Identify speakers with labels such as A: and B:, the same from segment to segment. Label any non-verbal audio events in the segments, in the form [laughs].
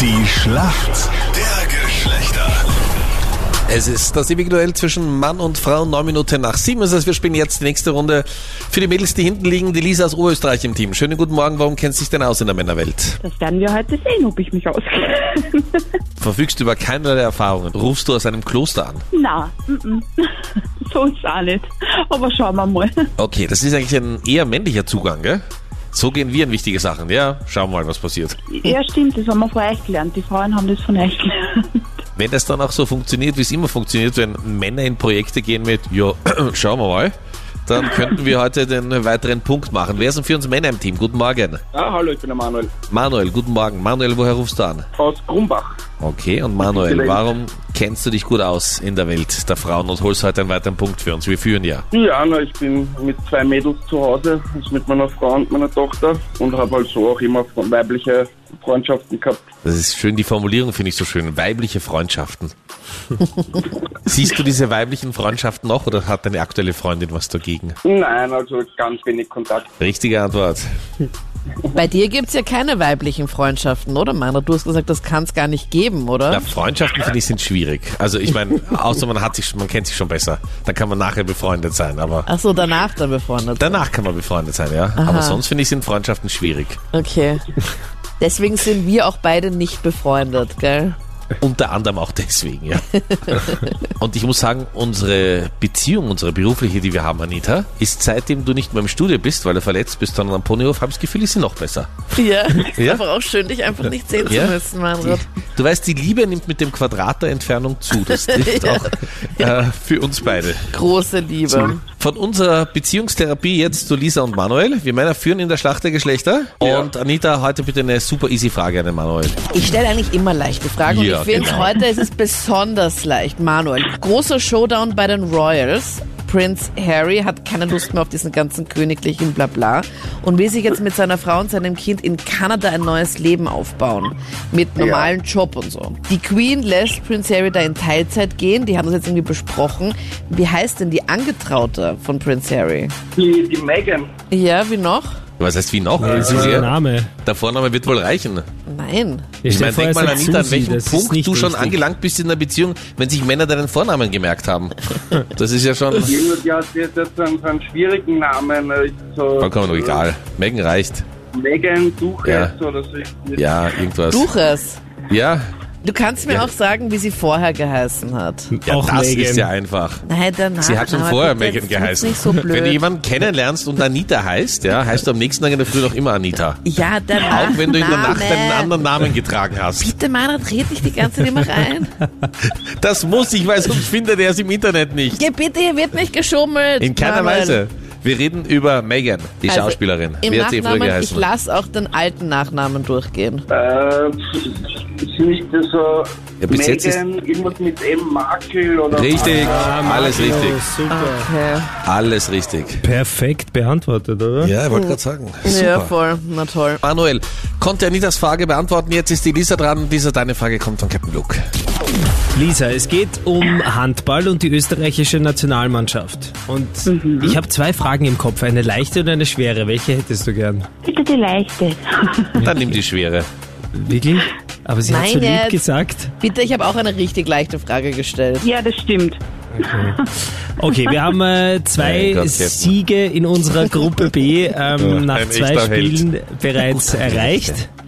A: Die Schlacht der Geschlechter.
B: Es ist das ewige Duell zwischen Mann und Frau, neun Minuten nach sieben ist es. Wir spielen jetzt die nächste Runde für die Mädels, die hinten liegen, die Lisa aus Oberösterreich im Team. Schönen guten Morgen, warum kennst du dich denn aus in der Männerwelt?
C: Das werden wir heute sehen, ob ich mich auskenne. [laughs]
B: Verfügst du über keinerlei Erfahrungen, rufst du aus einem Kloster an.
C: Na, mm, mm. [laughs] so ist auch nicht. Aber schauen wir mal.
B: Okay, das ist eigentlich ein eher männlicher Zugang, gell? So gehen wir in wichtige Sachen, ja? Schauen wir mal, was passiert.
C: Ja, stimmt, das haben wir von euch gelernt. Die Frauen haben das von euch gelernt. [laughs]
B: Wenn das dann auch so funktioniert, wie es immer funktioniert, wenn Männer in Projekte gehen mit, ja, [clears throat] schauen wir mal, dann könnten wir heute den weiteren Punkt machen. Wer sind für uns Männer im Team? Guten Morgen.
D: Ja, hallo, ich bin der Manuel
B: Manuel, guten Morgen. Manuel, woher rufst du an?
D: aus Grumbach.
B: Okay, und Manuel, warum kennst du dich gut aus in der Welt der Frauen und holst heute einen weiteren Punkt für uns? Wir führen ja.
D: Ja, na, ich bin mit zwei Mädels zu Hause, also mit meiner Frau und meiner Tochter und habe halt so auch immer weibliche Freundschaften gehabt.
B: Das ist schön, die Formulierung finde ich so schön. Weibliche Freundschaften. Siehst du diese weiblichen Freundschaften noch oder hat deine aktuelle Freundin was dagegen?
D: Nein, also ganz wenig Kontakt.
B: Richtige Antwort.
E: Bei dir gibt's ja keine weiblichen Freundschaften, oder Manu? Du hast gesagt, das kann's gar nicht geben, oder?
B: Ja, Freundschaften finde ich sind schwierig. Also ich meine, außer man hat sich, man kennt sich schon besser. Dann kann man nachher befreundet sein, aber
E: Ach so, danach dann befreundet.
B: danach kann man befreundet sein, ja. Aber sonst finde ich sind Freundschaften schwierig.
E: Okay. Deswegen sind wir auch beide nicht befreundet, gell?
B: Unter anderem auch deswegen, ja. Und ich muss sagen, unsere Beziehung, unsere berufliche, die wir haben, Anita, ist seitdem du nicht mehr im Studio bist, weil du verletzt bist, sondern am Ponyhof, habe ich das Gefühl, ist sie noch besser.
E: Ja.
B: Ja?
E: Aber auch schön, dich einfach nicht sehen
B: Ja?
E: zu müssen, Manu.
B: Du weißt, die Liebe nimmt mit dem Quadrat der Entfernung zu. Das trifft
E: Ja.
B: auch äh, für uns beide.
E: Große Liebe.
B: Von unserer Beziehungstherapie jetzt zu Lisa und Manuel. Wir Männer führen in der Schlacht der Geschlechter.
D: Ja.
B: Und Anita, heute bitte eine super easy Frage an den Manuel.
E: Ich stelle eigentlich immer leichte Fragen
B: Ja,
E: und ich finde
B: genau.
E: heute ist es besonders leicht, Manuel. Großer Showdown bei den Royals. Prinz Harry hat keine Lust mehr auf diesen ganzen königlichen Blabla und will sich jetzt mit seiner Frau und seinem Kind in Kanada ein neues Leben aufbauen. Mit normalen Job und so. Die Queen lässt Prinz Harry da in Teilzeit gehen. Die haben das jetzt irgendwie besprochen. Wie heißt denn die Angetraute von Prinz Harry?
D: Die, die Megan,
E: Ja, wie noch?
B: Was heißt wie noch?
F: Das ist der
B: Ja,
F: Äh, Name.
B: der Vorname wird wohl reichen.
E: Nein.
B: Ich meine, denk mal, Anita, an welchem Punkt du schon angelangt bist in der Beziehung, wenn sich Männer deinen Vornamen gemerkt haben. Das ist ja schon
D: die, die hat jetzt so einen, so einen schwierigen Namen. äh, So,
B: vollkommen egal. Megan reicht.
D: Megan Duchess
B: Ja.
D: oder so.
B: Ja, irgendwas.
E: Duches.
B: Ja,
E: Du kannst mir auch sagen, wie sie vorher geheißen hat.
B: ja
F: Auch
B: das
F: Megan.
B: ist ja einfach.
E: Nein, danach.
B: Sie hat schon
E: aber
B: vorher
E: bitte, jetzt
B: Megan
E: tut's
B: geheißen.
E: ah, Nicht so
B: Wenn du
E: blöd.
B: jemanden kennenlernst und Anita heißt, ja, heißt du am nächsten Tag in der Früh noch immer Anita.
E: Ja, danach.
B: Auch wenn du in der Nacht
E: Name.
B: einen anderen Namen getragen hast.
E: Bitte, Mann, red dich die ganze Zeit
B: [laughs]
E: immer rein.
B: Das muss ich, weil sonst findet er es im Internet nicht.
E: Geh bitte, hier wird nicht geschummelt.
B: In keiner
E: Manuel.
B: Weise. Wir reden über Megan, die
E: Also,
B: Schauspielerin.
E: Im
B: Wie hat sie früher
E: Nachnamen, ich
B: geheißen?
E: lass auch den alten Nachnamen durchgehen.
D: Äh, ist nicht so
B: Ja, bis jetzt ist-
D: Megan, irgendwas mit M. Markel oder
B: Richtig, alles richtig,
F: Super.
E: Okay.
B: alles richtig.
F: Perfekt beantwortet, oder?
B: Ja, ich wollte gerade sagen.
E: Ja, voll. Na toll.
B: Manuel, konnte Anitas Frage beantworten. Jetzt ist die Lisa dran. Lisa, deine Frage kommt von Captain Luke.
F: Lisa, es geht um Handball und die österreichische Nationalmannschaft. Und ich habe zwei Fragen im Kopf, eine leichte und eine schwere. Welche hättest du gern?
C: Bitte die leichte.
B: Dann nimm die Schwere.
F: Wirklich? Aber sie hat so
E: Nein,
F: lieb
E: jetzt.
F: gesagt.
E: Bitte, ich habe auch eine richtig leichte Frage gestellt.
C: Ja, das stimmt.
F: Okay, wir haben äh, zwei
B: Mein Gott, Captain.
F: Siege in unserer Gruppe B ähm, nach
B: Ein
F: zwei
B: echter Held.
F: Spielen bereits erreicht.
B: Ah.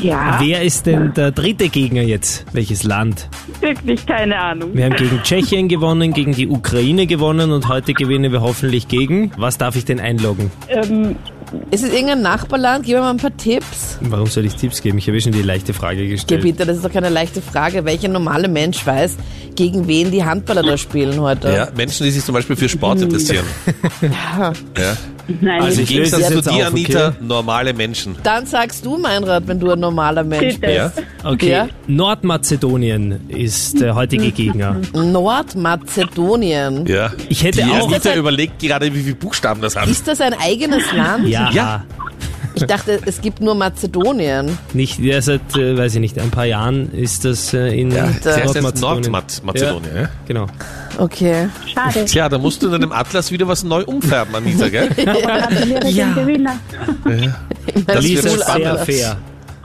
C: Ja,
F: Wer ist denn der dritte Gegner jetzt? Welches Land?
C: wirklich keine Ahnung.
F: Wir haben gegen Tschechien gewonnen, gegen die Ukraine gewonnen und heute gewinnen wir hoffentlich gegen. Was darf ich denn einloggen?
C: Ähm,
E: Ist es irgendein Nachbarland? Gib mir mal ein paar Tipps.
F: Warum soll ich Tipps geben? Ich habe eh schon die leichte Frage
E: Geh
F: gestellt.
E: bitte, das ist doch keine leichte Frage. Welcher normale Mensch weiß, gegen wen die Handballer da spielen heute?
B: Ja, Menschen, die sich zum Beispiel für Sport interessieren. Ja.
C: nein,
F: Also
B: Im
F: ich löse
B: Gegensatz
F: das
B: zu
F: jetzt
B: dir,
F: auf,
B: Anita,
F: okay?
B: normale Menschen.
E: Dann sagst du, Meinrad, wenn du ein normaler Mensch
C: bitte.
E: bist.
B: Ja?
F: Okay,
E: Ja.
F: Nordmazedonien ist der heutige Gegner.
E: Nordmazedonien.
B: Ja.
F: Ich hätte
B: die
F: auch...
B: Anita überlegt gerade, wie viele Buchstaben das hat.
E: Ist das ein eigenes Land?
F: Ja,
B: Ja.
E: Ich dachte, es gibt nur Mazedonien.
F: nicht, ja, seit, äh, weiß ich nicht, ein paar Jahren ist das äh, in
B: Ja, das heißt jetzt
F: Nordmazedonien.
B: Nordmazedonien. Ja.
F: Genau.
E: Okay.
C: Schade.
B: Tja, da musst du in deinem Atlas wieder was neu umfärben,
F: [laughs]
B: Anita, gell?
C: Gratuliere
F: Ja.
C: dem Gewinner.
B: Das
F: Lisa,
B: wird
F: sehr
B: spannend.
F: fair.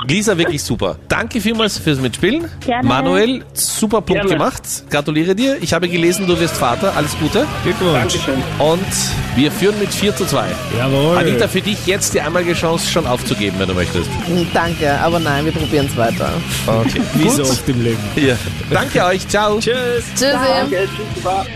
B: Lisa, wirklich super. Danke vielmals fürs Mitspielen.
G: Gerne.
B: Manuel, super Punkt
D: Gerne.
B: gemacht. Gratuliere dir. Ich habe gelesen, du wirst Vater. Alles Gute.
F: Glückwunsch.
D: Dankeschön.
B: Und wir führen mit 4 zu 2.
F: Jawohl.
B: Anita, für dich jetzt die einmalige Chance schon aufzugeben, wenn du möchtest.
E: Danke, aber nein, wir probieren es weiter.
B: Okay.
F: Wie so oft im Leben.
B: Ja. Danke euch. Ciao.
F: Tschüss.
E: Tschüssi.
D: Danke, tschüss, baba.